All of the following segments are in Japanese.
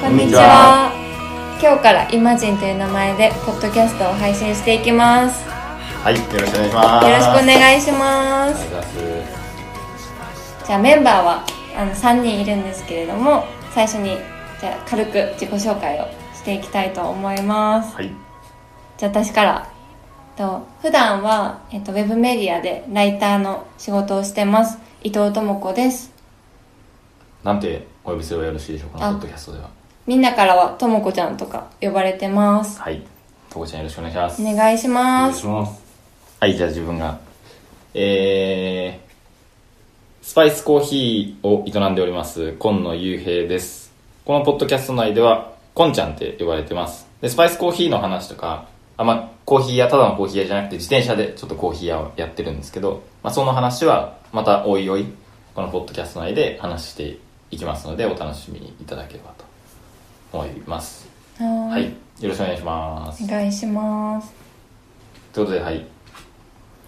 こんにちは。今日からイマジンという名前でポッドキャストを配信していきます。よはい、よろしくお願いします。ろしくおいし願いします。ます。じゃあメンバーはあの3人いるんですけれども、最初にじゃあ軽く自己紹介をしていきたいと思います。はい、じゃあ私から。えっと普段は、えっと、ウェブメディアでライターの仕事をしてます。伊藤智子です。なんてお呼びすればよろしいでしょうか、こあのポッドキャストでは。みんなからは智子ちゃんとか呼ばれてます。はい、とこちゃんよろしくお願いします。お願いします。ます。はい、じゃあ自分が。えー、スパイスコーヒーを営んでおります、今野雄平です。このポッドキャスト内では、こんちゃんって呼ばれてます。で、スパイスコーヒーの話とか、あんまコーヒー屋、ただのコーヒー屋じゃなくて、自転車でちょっとコーヒー屋をやってるんですけど、まあ、その話は、またおいおい、このポッドキャスト内で話していきますので、お楽しみにいただければと思います。ははいい、よろしくお願いします。お願いします。ということで、はい、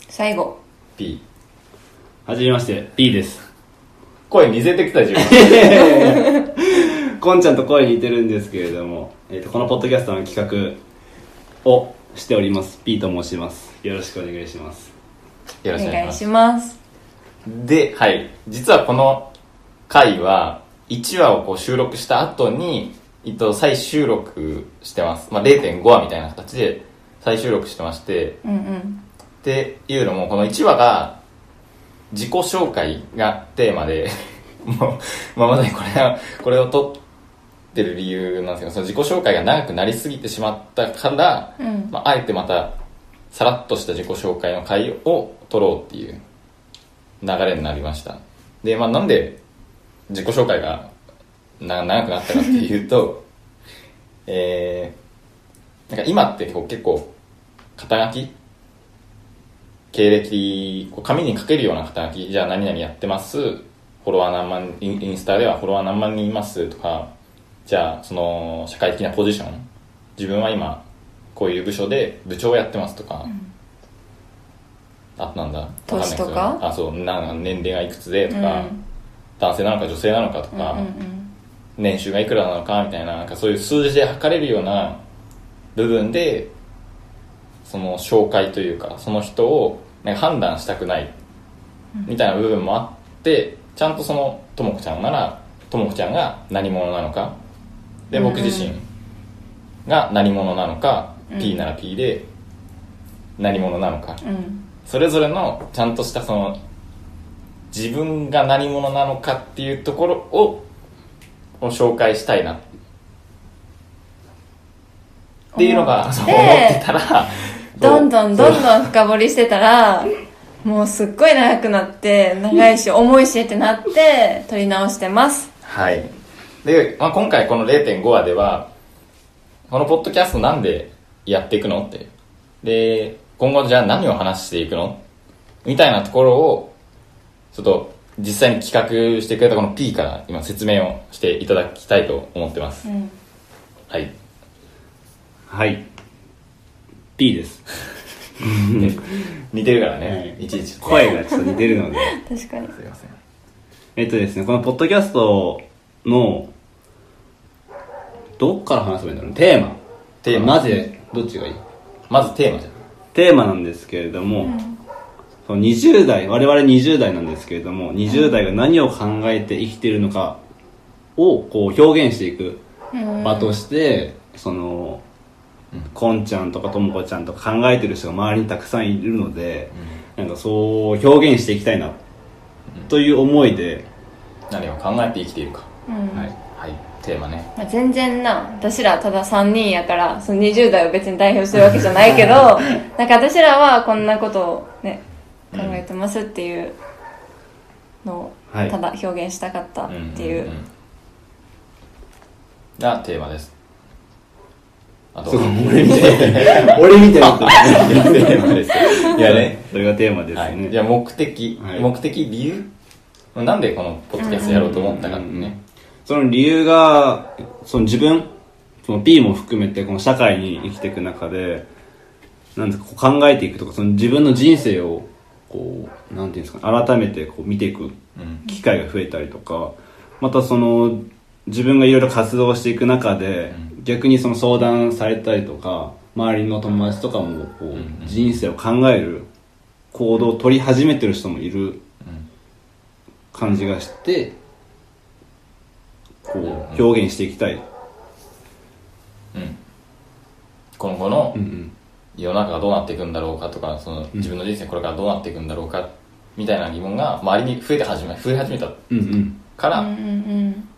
最後 P。はじめまして、B です。声似せてきた自 分。こんちゃんと声似てるんですけれども、えー、とこのポッドキャストの企画をしております。B と申します。よろしくお願いします。よおろしくお願いし願まいし。すますで、はい。実はこの回は、1話をこう収録した後に、えっと、再収録してます。まあ、0.5話みたいな形で再収録してまして、うんうんっていうのも、この1話が、自己紹介がテーマで、 もう、まあ、まさにこれは、これを撮ってる理由なんですけど、その自己紹介が長くなりすぎてしまったから、うんまあ、あえてまたさらっとした自己紹介の回を取ろうっていう流れになりましたで、まあ、なんで自己紹介がな長くなったかっていうとえー、なんか今ってこう結構肩書き経歴こう紙に書けるような肩書きじゃあ何々やってますフォロワー何万インインスタではフォロワー何万人いますとかじゃあその社会的なポジション自分は今こういう部署で部長をやってますとか、あとなんだわかんないで年すよとねかあそうなんか年齢がいくつでとうか、ん男性なのか女性なのかとうんうか、ん年収がいくらなのかみたいななんかそういう数字で測れるような部分でその紹介というかその人をなんか判断したくないみたいな部分もあってちゃんとそのともこちゃんならともこちゃんが何者なのかで僕自身が何者なのか、P なら P で何者なのか、うんうんそれぞれのちゃんとしたその自分が何者なのかっていうところをを紹介したいなっていうのがそう思ってたらどんどんどんそうどん深掘りしてたらもうすっごい長くなって長いし重いしってなって撮り直してますはいで、まあ、今回この0.5話ではこのポッドキャストなんでやっていくのってで今後じゃあ何を話していくのみたいなところをちょっと実際に企画してくれたこの P から今説明をしていただきたいと思ってます。うんはい。はい。P です。似てるからね、はいい、ちいち。声がちょっと似てるので。確かにすいません。えっとですね、このポッドキャストの、どっから話せばいいんだろうねテーマ。テーマまず、どっちがいいまずテーマじゃん。テーマなんですけれども、その20代、我々20代なんですけれども、20代が何を考えて生きてるのかをこう表現していくうん場として、その、こんちゃんとかともこちゃんとか考えてる人が周りにたくさんいるので、なんかそう表現していきたいな、という思いで、何を考えて生きているか。うんはい。はい。テーマね。まあ、全然な私らただ3人やからその20代を別に代表するわけじゃないけどなんか私らはこんなことをね考えてますっていうのをはいただ表現したかったっていんうんんがテーマです。あと、そう俺みたいな。 俺みたいなことテーマです。いやね。それがテーマですね、はい、じゃあ目的、はい目的理由なんでこのポッドキャストやろうと思ったかってね、その理由がその自分その P も含めてこの社会に生きていく中でなんですかこう考えていくとかその自分の人生をこうなんていうんですかね改めてこう見ていくうん機会が増えたりとかまたその自分がいろいろ活動していく中で、逆にその相談されたりとか周りの友達とかもこんううん人生を考える行動を取り始めてる人もいるうん感じがしてこう表現していきたい、うん今後のうんうん、世の中がどうなっていくんだろうかとかその自分の人生これからどうなっていくんだろうかみたいな疑問が周りに増えて始め増え始めたうんうんから、うんうん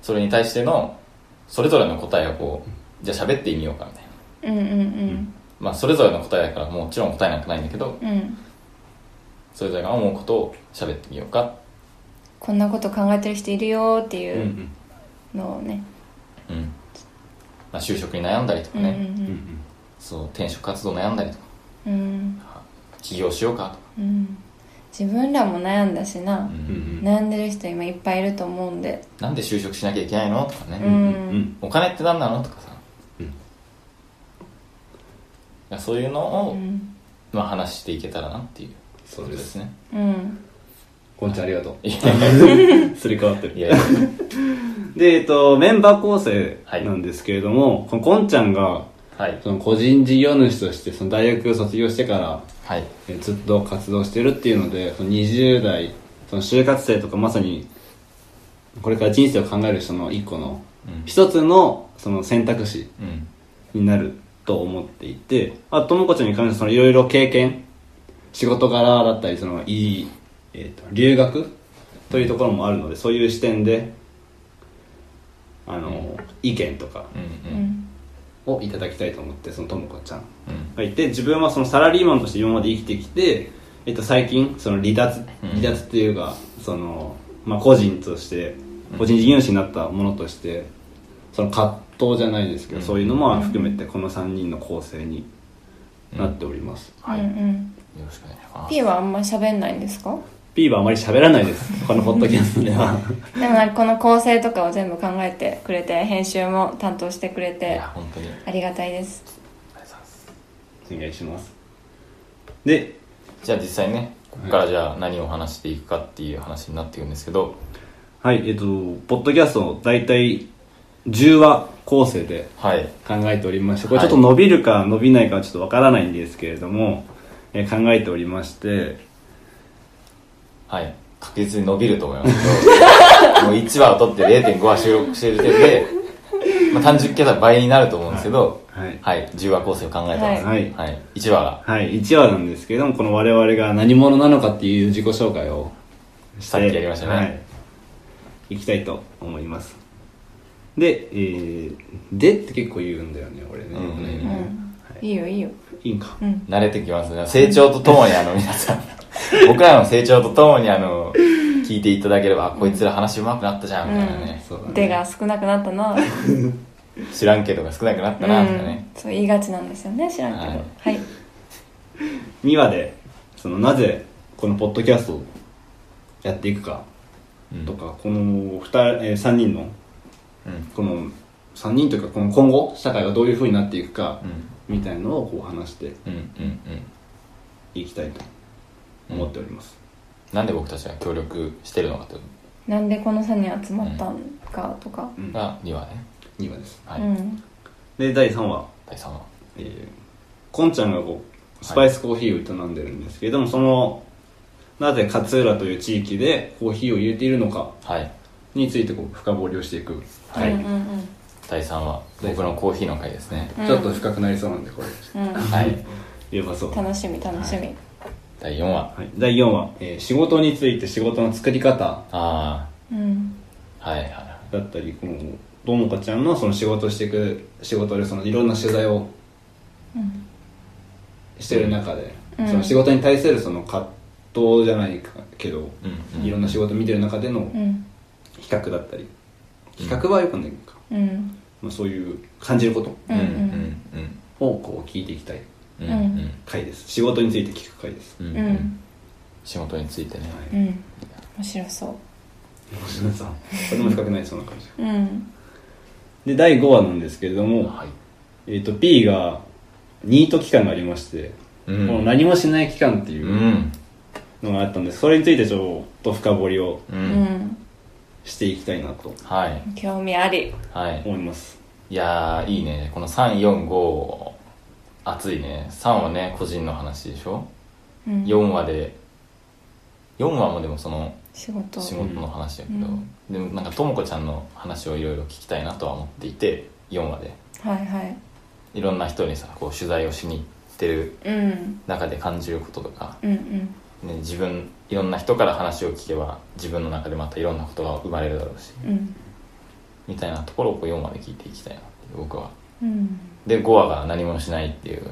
それに対してのそれぞれの答えをこうじゃあ喋ってみようかみたいなうんうんうんまあそれぞれの答えだからもちろん答えなんかないんだけどうんうんそれぞれが思うことを喋ってみようかこんなこと考えてる人いるよってういんううんのをねうん、まあ、就職に悩んだりとかうんうね、んそう転職活動悩んだりとかうんうん起業しようかとか、うん自分らも悩んだしなううんうんん悩んでる人今いっぱいいると思うんでなんで就職しなきゃいけないのとかうね、んお金って何なのとかさ、うんいやそういうのを、うんまあ、話していけたらなっていうそことうでですすねうんこんちゃんありがといやう すり替わっているやいや でえっとメンバー構成なんですけれども、このこんちゃんがはいその個人事業主としてその大学を卒業してからはいえーずっと活動してるっていうのでその20代その就活生とかまさにこれから人生を考える人の一個のうん一つのその選択肢うんになると思っていてあともこちゃんに関してはそのいろいろ経験仕事柄だったりそのいい、えーと留学というところもあるのでそういう視点であの意見とかうんううんんをいただきたいと思ってそのともこちゃんうんがいて自分はそのサラリーマンとして今まで生きてきて、えっと、最近その離脱うん離脱っていうか、その、まあ、個人として個人事業主になったものとしてその葛藤じゃないですけど、うんそういうのも含めてこの3人の構成になっております、はい、うよんうんろしくお願いします P はあんま喋んないんですか P はあまり喋らないですこのポッドキャストではでもなんかこの構成とかを全部考えてくれて編集も担当してくれいてや本当にありがとありがたいですうございます お願いしますでじゃあ実際ねここからじゃあ何を話していくかっていう話になっていくんですけど、はいえっとポッドキャストの大体10話構成ではい考えておりましてこれちはいょっと伸びるか伸びないかはちょっとわからないんですけれども、えー考えておりましてはい。確実に伸びると思いますけど、もう1話を取って0.5話収録してる点で、まあ、単純計算倍になると思うんですけど、はい、はい、10話構成を考えてます。はいはい、1話が、はい、1話なんですけれどもこの我々が何者なのかっていう自己紹介をしてさっきやりましたねはい、いきたいと思いますで、えーでって結構言うんだよね俺ね、うんこの辺うねんいいよいいよいいんかうん慣れてきますね。成長とともに、あの、皆さん、 僕らの成長とともに、あの、聞いていただければ、あこいつら話うまくなったじゃん、みたいなね。そうだね手が少なくなったな知らんけどが少なくなったな、とかね。うんそう言いがちなんですよね知らんけどはい2話でそのなぜこのポッドキャストをやっていくかうんとか、この二人、えー、3人のうんこの3人というかこの今後社会がどういうふうになっていくかうんみたいなのをこう話してうんうんうんいきたいと思っております、なんで僕たちが協力してるのかというなんでこの3人集まったんかとかうんが2話ね2話ですはうい、んで第3話第3話えーこんちゃんがこうスパイスコーヒーを営んでるんですけれども、そのなぜ勝浦という地域でコーヒーを入れているのかはいについてこう深掘りをしていく、はいうんうん第3話第三話僕のコーヒーの回ですねうんちょっと深くなりそうなんでこれうんうんはい言えばそう、楽しみ楽しみ第4話はい、第4話、えー仕事について仕事の作り方あうんあはいはいはだったりこのどもかちゃんのその仕事していく仕事でそのいろんな取材をうんしてる中で、うんその仕事に対するその葛藤じゃないかけど、いうんうんいろんな仕事見てる中での、うん比較だったり比較はよくないか、うんまあ、そういう感じることうんうんをこう聞いていきたいうんうんうんうん回です仕事について聞く回です、ううんんううんん仕事についてねはい面白そ星野さんこれも深くないそうな感じううんで第5話なんですけれども、いえー、と P がニート期間がありまして、うんこの何もしない期間っていううんのがあったんでそれについてちょっと深掘りをううんんしていきたいなとはい興味ありはい思いますいやーいいねこの345熱いね3はね個人の話でしょうん4話で4話もでもその仕事仕事の話だけど、うんでもなんかともこちゃんの話をいろいろ聞きたいなとは思っていて4話ではいはいいろんな人にさこう取材をしに行ってるうん中で感じることとか、うんうんね、自分いろんな人から話を聞けば自分の中でまたいろんなことが生まれるだろうしうんみたいなところをこう4話で聞いていきたいなって僕はうんで5話が何もしないっていう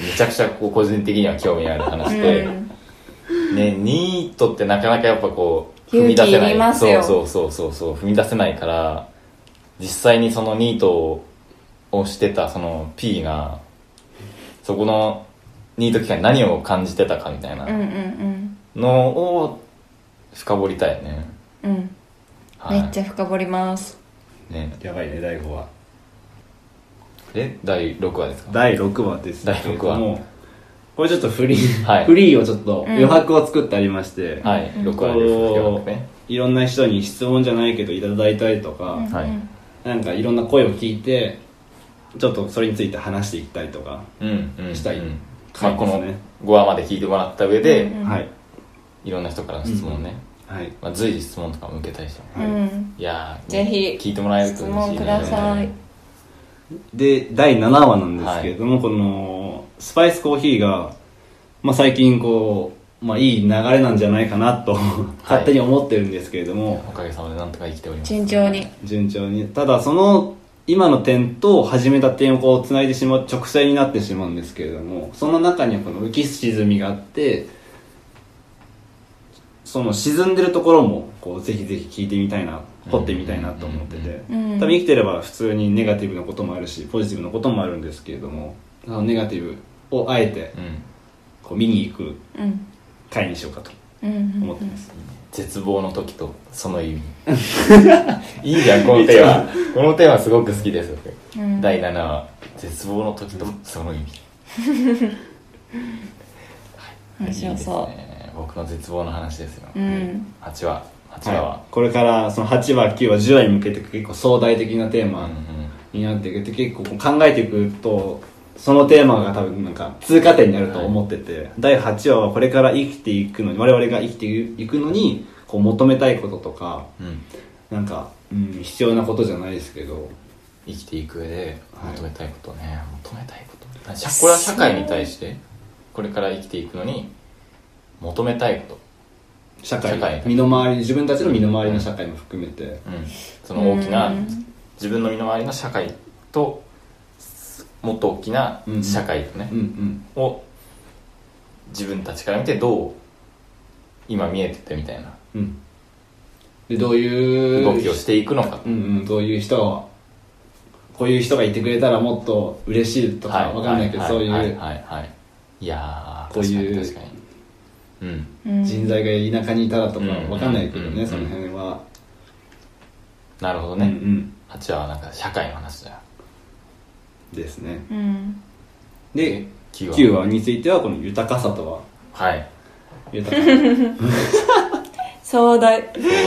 めちゃくちゃこう個人的には興味ある話で、 うんねニートってなかなかやっぱこう勇踏み気出せないいりますよそうそうそうそうそう踏み出せないから実際にそのニートをしてたその P がそこのニート期間に何を感じてたかみたいなうんうんのを深掘りたいね、うんうんはい、めっちゃ深掘りますねやばいね第5話で第6話ですか第6話です第六話けれどもこれちょっとフリー、はいフリーをちょっとん余白を作ってありまして、はいうん6こ話ですようねいろんな人に質問じゃないけどいただいたりとか、うんはいうんなんかいろんな声を聞いてちょっとそれについて話していったりとか、うんうんしたいうんまあ、回でこすねの5話まで聞いてもらった上で、うんはいいろんな人からの質問ね、はいまあ、随時質問とかも受けたりしてますうんいやーぜひ聞いてもらえると嬉しいな質問くださいで第7話なんですけれども、このスパイスコーヒーが、まあ、最近こう、まあ、いい流れなんじゃないかなと勝手に思ってるんですけれども、おかげさまでなんとか生きております順調に順調にただその今の点と始めた点をこうつないでしまう直線になってしまうんですけれどもその中にはこの浮き沈みがあってその沈んでるところもこうぜひぜひ聞いてみたいな掘ってみたいなと思ってて、うん多分生きてれば普通にネガティブなこともあるしポジティブなこともあるんですけれどもそのネガティブをあえてうんこう見に行くうん回にしようかとうんうん思ってます、絶望の時とそ の意味いいじゃんこのテーマこのテーマすごく好きです僕うん第7話絶望の時とその意味はい面白そういいですね僕の絶望の話ですよ、うん8話8話ははい、これからその8話9話10話に向けて結構壮大的なテーマ、うんうんになっていくって結構こう考えていくとそのテーマが多分なんか通過点になると思ってて、第8話はこれから生きていくのに我々が生きていくのにこう求めたいこととかうんなんか、うん、必要なことじゃないですけど生きていく上ではい求めたいことね、求めたいこと社これは社会に対してこれから生きていくのに求めたいこと社会社会身の回り自分たちの身の回りの社会も含めて、うん、その大きなうん自分の身の回りの社会ともっと大きなうん社会とねうん、うんを自分たちから見てどう今見えててみたいなうんでどういう動きをしていくのかうんうんどういう人がこういう人がいてくれたらもっと嬉しいとかわかんないけど、はそういう、はいはいはいはいいやーこういう確かに確かにうんうん人材が田舎にいたらとかうんわかんないけどうねんその辺はなるほどうんうね、ん8話はなんか社会の話だよですねうんで9 9話についてはこの豊かさとははい豊 かさ壮大壮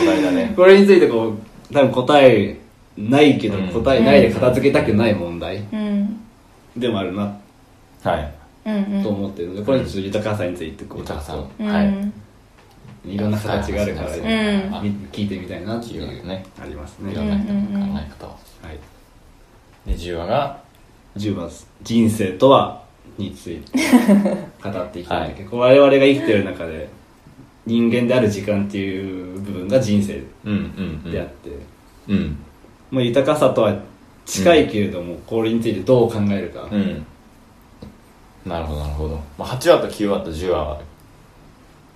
大だねこれについてこう多分答えないけどうん答えないで片付けたくない問題うんでもあるなはいうんうんと思ってるのでこれちょっと豊かさについてこう豊かさうんはいいろんな形があるからうん聞いてみたいなってい企業うねありますねいはろんな人の考え方を、いで10話が10番「人生とは」について語っていきたいんだけ ど、我々が生きてる中で人間である時間っていう部分が人生うんうんうんであって、うんまあ、豊かさとは近いけれども、これについてどう考えるか、うんなるほどなるほど、まあ、8話と9話と10話は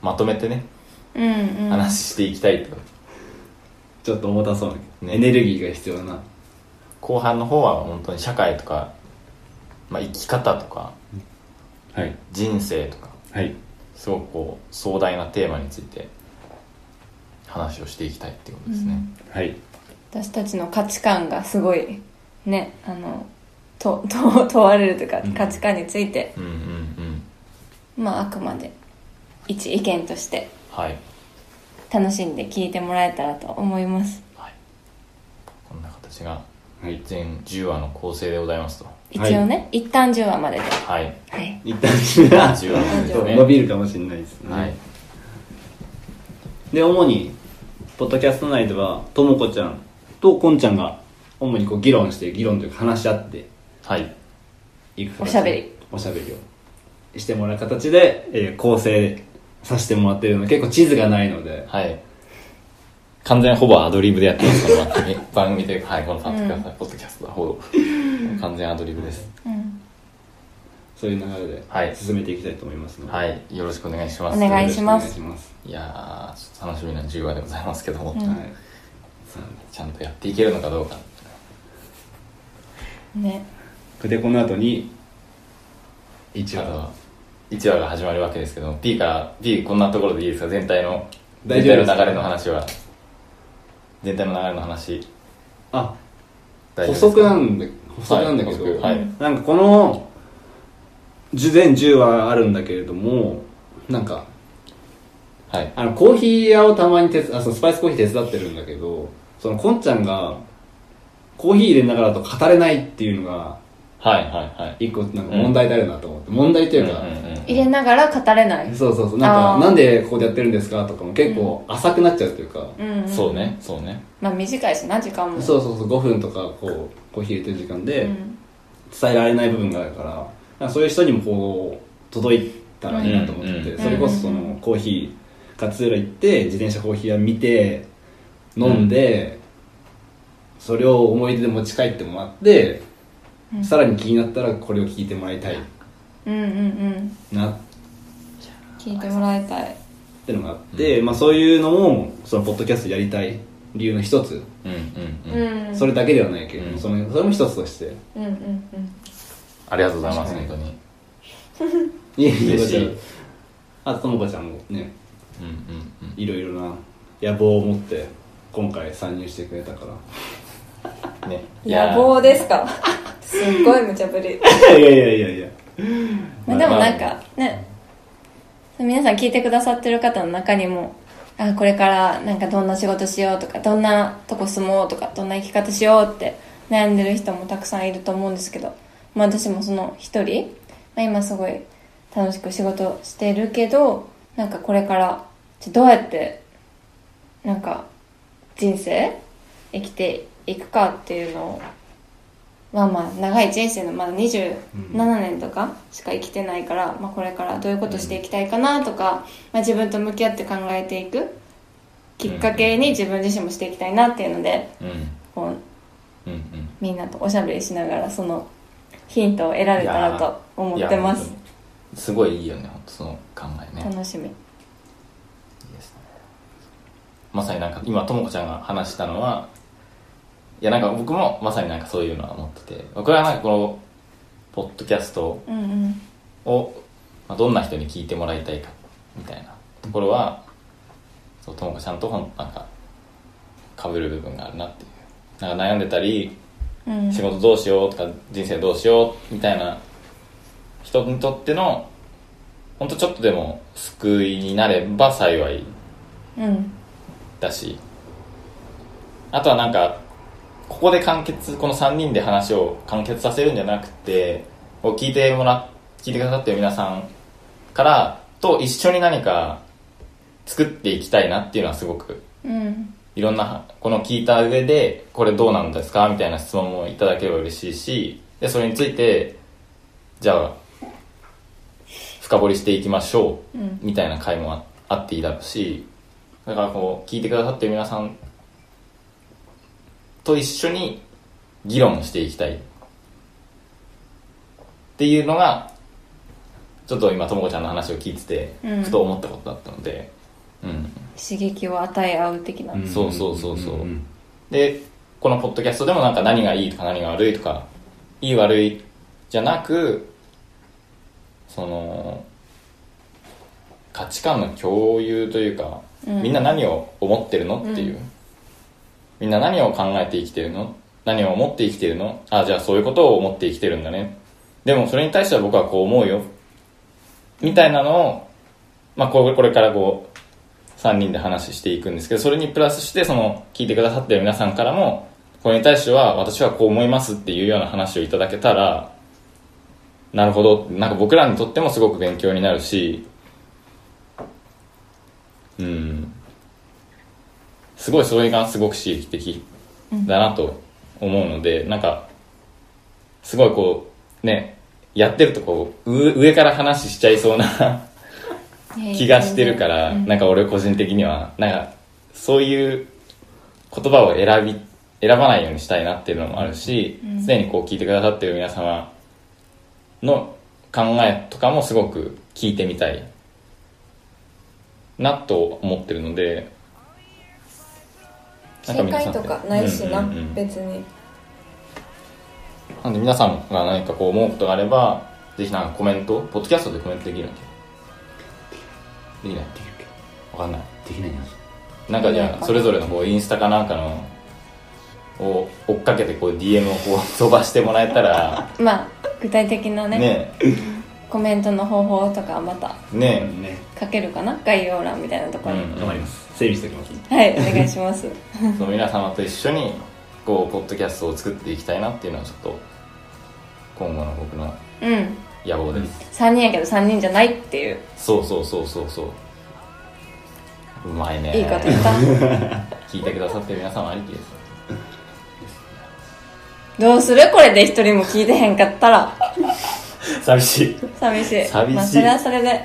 まとめてねうんうん話していきたいと、ちょっと重たそうな、ねエネルギーが必要な後半の方は本当に社会とか、まあ、生き方とかはい人生とかはいすごくこう壮大なテーマについて話をしていきたいっていうことですね、はい私たちの価値観がすごいねあのとと 問われるというか価値観について、うん、うんうんまああくまで一意見としてはい、楽しんで聞いてもらえたらと思いますはい、こんな形がはい全10話の構成でございますと一応ね、一旦10話までではいはい一旦10話10話まで ですね伸びるかもしれないですね、はいで主にポッドキャスト内ではともこちゃんとこんちゃんが主にこう議論して議論というか話し合ってはいいく形おでしゃべりおしゃべりをしてもらう形で、えー構成させてもらってるので結構地図がないのではい完全ほぼアドリブでやってますこの番 組番組というかはいこのポッドキャスト、ポッドキャストはほぼ完全アドリブですうんそういう流れはいで進めていきたいと思いますので、はいよろしくお願いしますお願いしますよろくお願いします、いやーちょっと楽しみな10話でございますけども、うんはいさあちゃんとやっていけるのかどうかねでこの後に一あ話の1話が始まるわけですけど P から P こんなところでいいですか全体の大全丈体夫ですの流れの話は全体の流れの話あ大丈夫で補すか足なんだ補足なんだけど、はい補足はいなんかこの10全10はあるんだけれどもなんかはいあのコーヒー屋をたまに手伝あそのスパイスコーヒー手伝ってるんだけどそのこんちゃんがコーヒー入れながらだと語れないっていうのがはいはいはい一個なんか問題であるなと思って、問題っていうか、入れながら語れないそうそうそうなあんーかなんでここでやってるんですかとかも結構浅くなっちゃうというか、うん、うん、そうねそうねまあ短いしな時間もそうそうそう5分とかこうコーヒー入れてる時間で、うん伝えられない部分があるからなんかそういう人にもこう届いたらいいなと思ってて、うんそれこそそのコーヒー勝浦行って自転車コーヒー屋見て飲んで、それを思い出で持ち帰ってもらって、うんさらに気になったらこれを聞いてもらいたいうんうんうんなっ聞いてもらいたいてのがあって、まあ、そういうのもそのポッドキャストやりたい理由の一つ、うんううんんうんそれだけではないけれども、うんそのそれも一つとしてうんうんうんありがとうございます確本か当にいえいえ嬉しいこちらあとともこちゃんもねうんうんうんいろいろな野望を持って今回参入してくれたから ね野望ですか すっごい無茶ぶりいやいやいやいや まあ、でもなんかね皆さん聞いてくださってる方の中にもあこれからなんかどんな仕事しようとかどんなとこ住もうとかどんな生き方しようって悩んでる人もたくさんいると思うんですけど、まあ、私もその一人、まあ、今すごい楽しく仕事してるけどなんかこれからちょどうやってなんか人生生きていくかっていうのをまあまあ長い人生のまだ27年とかしか生きてないから、まあ、これからどういうことしていきたいかなとか、まあ、自分と向き合って考えていくきっかけに自分自身もしていきたいなっていうのでうんこううんうんみんなとおしゃべりしながらそのヒントを得られたらと思ってまいすや本当にすごいいいよね本当その考えね楽しみいいですねまさになんか今ともこちゃんが話したのはいやなんか僕もまさになんかそういうのは思ってて僕はなんかこのポッドキャストうんうんをまあどんな人に聞いてもらいたいかみたいなところはそうともこちゃんとほんなんか被る部分があるなっていうなんか悩んでたりうん仕事どうしようとか人生どうしようみたいな人にとってのほんとちょっとでも救いになれば幸いうんだしあとはなんかここで完結この3人で話を完結させるんじゃなくてこう聞いてもら聞いてくださってる皆さんからと一緒に何か作っていきたいなっていうのはすごくうんいろんなこの聞いた上でこれどうなんですかみたいな質問もいただければ嬉しいしでそれについてじゃあ深掘りしていきましょううんみたいな回もああっていいだろうしだからこう聞いてくださってる皆さんと一緒に議論していきたいっていうのがちょっと今ともこちゃんの話を聞いてて、うんふと思ったことだったので、うん、刺激を与え合う的な、うんそうそうそうそうんんでこのポッドキャストでもなんか何がいいとか何が悪いとかいい悪いじゃなくその価値観の共有というか、うんみんな何を思ってるのっていう、うみんな何を考えて生きてるの何を思って生きてるのあじゃあそういうことを思って生きてるんだねでもそれに対しては僕はこう思うよみたいなのを、まあ、こうこれからこう3人で話していくんですけどそれにプラスしてその聞いてくださってる皆さんからもこれに対しては私はこう思いますっていうような話をいただけたらなるほどなんか僕らにとってもすごく勉強になるしうんすごいそれがすごく刺激的だなと思うので、なんかすごいこうねやってるとこうう上から話しちゃいそうなえー気がしてるから、うんなんか俺個人的にはなんかそういう言葉を選び選ばないようにしたいなっていうのもあるし、うん常にこう聞いてくださってる皆様の考えとかもすごく聞いてみたいなと思ってるので正解とかないしな、うんうんうん別になんで皆さんが何かこう思うことがあればぜひなんかコメントポッドキャストでコメントできるんだっけできないできるわかんないけどできないななんかじゃあそれぞれのこうインスタかなんかのを追っかけてこう DM をこう 飛ばしてもらえた らまあ具体的なねねコメントの方法とかはまたねね書けるかな概要欄みたいなところに、うん頑張ります整理しておきますはいお願いし ますその皆様と一緒にこうポッドキャストを作っていきたいなっていうのはちょっと今後の僕のうん野望です、 3人やけど3人じゃないっていうそうそうそうそうそううまいねいいこと言った聞いてくださってる皆様ありきですどうするこれで一人も聞いてへんかったら寂しい寂しい寂しいまあ、それはそれで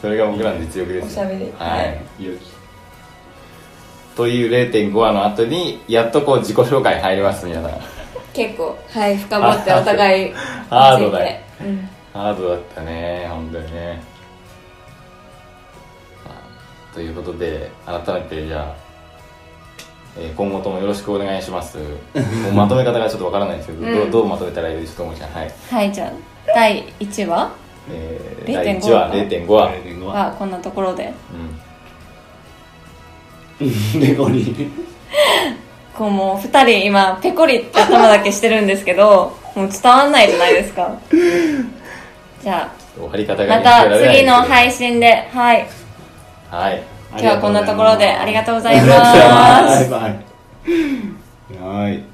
それが僕らの実力ですおしゃべりはい、勇気という0.5話の後にやっとこう自己紹介入ります皆さん結構はい深掘ってお互いハードだよついてうんハードだったね本当にね、まあということで改めてじゃあ、えー今後ともよろしくお願いします もうまとめ方がちょっとわからないんですけど、どうどうまとめたらいいですかともちゃんはい、はいじゃあ第1話えー、 0.5第1話0.5話、年後 ははこんなところでうんレゴにこうもう2人今ペコリって頭だけしてるんですけどもう伝わんないじゃないですかじゃあ終わり方がまた次のはい配信ではいはい今日はこんなところでありがととうございございますますバイバイはい